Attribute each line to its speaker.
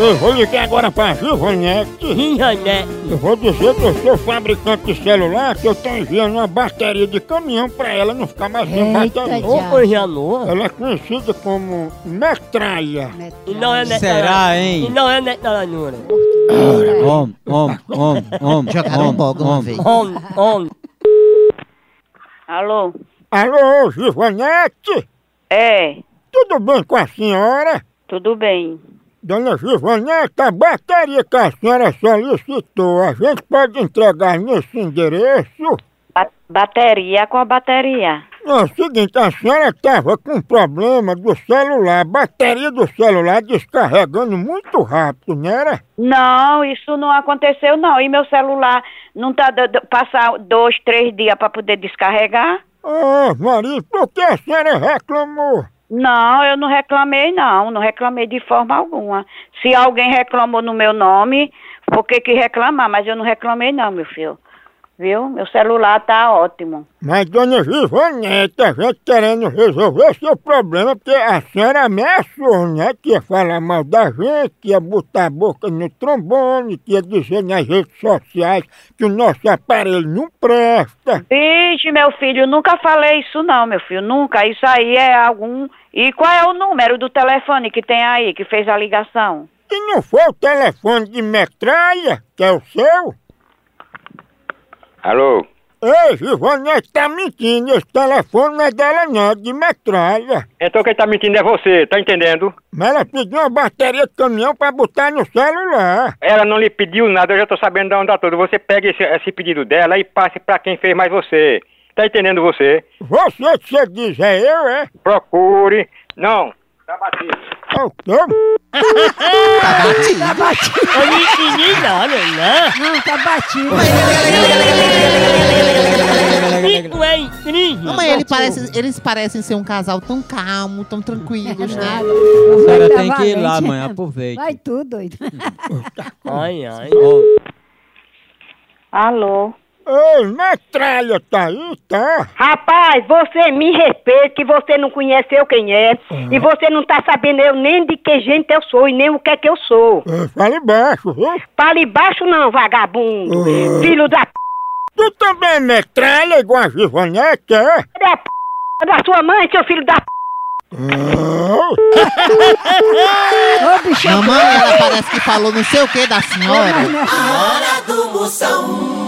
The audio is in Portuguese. Speaker 1: Eu vou ligar agora pra Givanete.
Speaker 2: Rinhané.
Speaker 1: Eu vou dizer que eu sou fabricante de celular, que eu tô enviando uma bateria de caminhão pra ela não ficar mais sem
Speaker 3: Eita,
Speaker 1: bateria.
Speaker 3: já.
Speaker 2: Ô, Janua.
Speaker 1: Ela é conhecida como metralha.
Speaker 2: E não é neta
Speaker 4: Será, hein?
Speaker 2: E não é neta lanura.
Speaker 4: Om, om, om, om.
Speaker 3: Jogaram
Speaker 4: om,
Speaker 3: boga
Speaker 4: om.
Speaker 3: uma vez.
Speaker 2: On, on.
Speaker 5: Alô?
Speaker 1: Alô, Givanete?
Speaker 5: É,
Speaker 1: Tudo bem com a senhora?
Speaker 5: tudo bem.
Speaker 1: Dona Givaneta, a bateria que a senhora solicitou, a gente pode entregar nesse endereço?
Speaker 5: Ba- bateria com a bateria.
Speaker 1: Não, é o seguinte, a senhora estava com um problema do celular, a bateria do celular descarregando muito rápido, não era?
Speaker 5: Não, isso não aconteceu não. E meu celular não tá do- do- passar dois, três dias para poder descarregar?
Speaker 1: Ah, Maria, por que a senhora reclamou?
Speaker 5: Não, eu não reclamei não, não reclamei de forma alguma. Se alguém reclamou no meu nome, por que que reclamar? Mas eu não reclamei não, meu filho. Viu? Meu celular tá ótimo.
Speaker 1: Mas, dona Givaneta, a gente querendo resolver seu problema, porque a senhora ameaçou, né? Que ia falar mal da gente, que ia botar a boca no trombone, que ia dizer nas redes sociais que o nosso aparelho não presta.
Speaker 5: Vixe, meu filho, nunca falei isso não, meu filho, nunca. Isso aí é algum... E qual é o número do telefone que tem aí, que fez a ligação?
Speaker 1: E não foi o telefone de metralha, que é o seu?
Speaker 6: Alô?
Speaker 1: Ei, Givanete, tá mentindo, esse telefone não é dela não, é de metralha.
Speaker 6: Então quem tá mentindo é você, tá entendendo?
Speaker 1: Mas ela pediu uma bateria de caminhão pra botar no celular.
Speaker 6: Ela não lhe pediu nada, eu já tô sabendo da onda toda. Você pega esse, esse pedido dela e passe pra quem fez mais você. Tá entendendo você?
Speaker 1: Você que você diz é eu, é?
Speaker 6: Procure. Não. Tá batido.
Speaker 1: É o quê?
Speaker 2: Eu não entendi nada, né?
Speaker 3: Não, tá batido.
Speaker 2: Isso é incrível.
Speaker 3: Mamãe, ele parece- eles parecem ser um casal tão calmo, tão
Speaker 7: É
Speaker 3: tranquilos, né?
Speaker 4: A senhora tem que ir lá, mãe, aproveite.
Speaker 8: Vai tu, doido.
Speaker 2: Ai, ai.
Speaker 4: Om.
Speaker 5: Alô?
Speaker 1: Ei, metralha, tá aí, tá?
Speaker 5: Rapaz, você me respeita que você não conhece eu quem é e você não tá sabendo eu nem de que gente eu sou e nem o que é que eu sou.
Speaker 1: Ei, fale baixo, viu?
Speaker 5: Fale baixo não, vagabundo.
Speaker 1: Ah.
Speaker 5: Filho da p...
Speaker 1: Tu também é metralha igual a Givanete, é?
Speaker 5: da p... da sua mãe, seu filho da p...
Speaker 1: Ah,
Speaker 8: Ô, bicho.
Speaker 3: Mamãe, ela parece que falou não sei o que da senhora.
Speaker 7: Hora do Moção.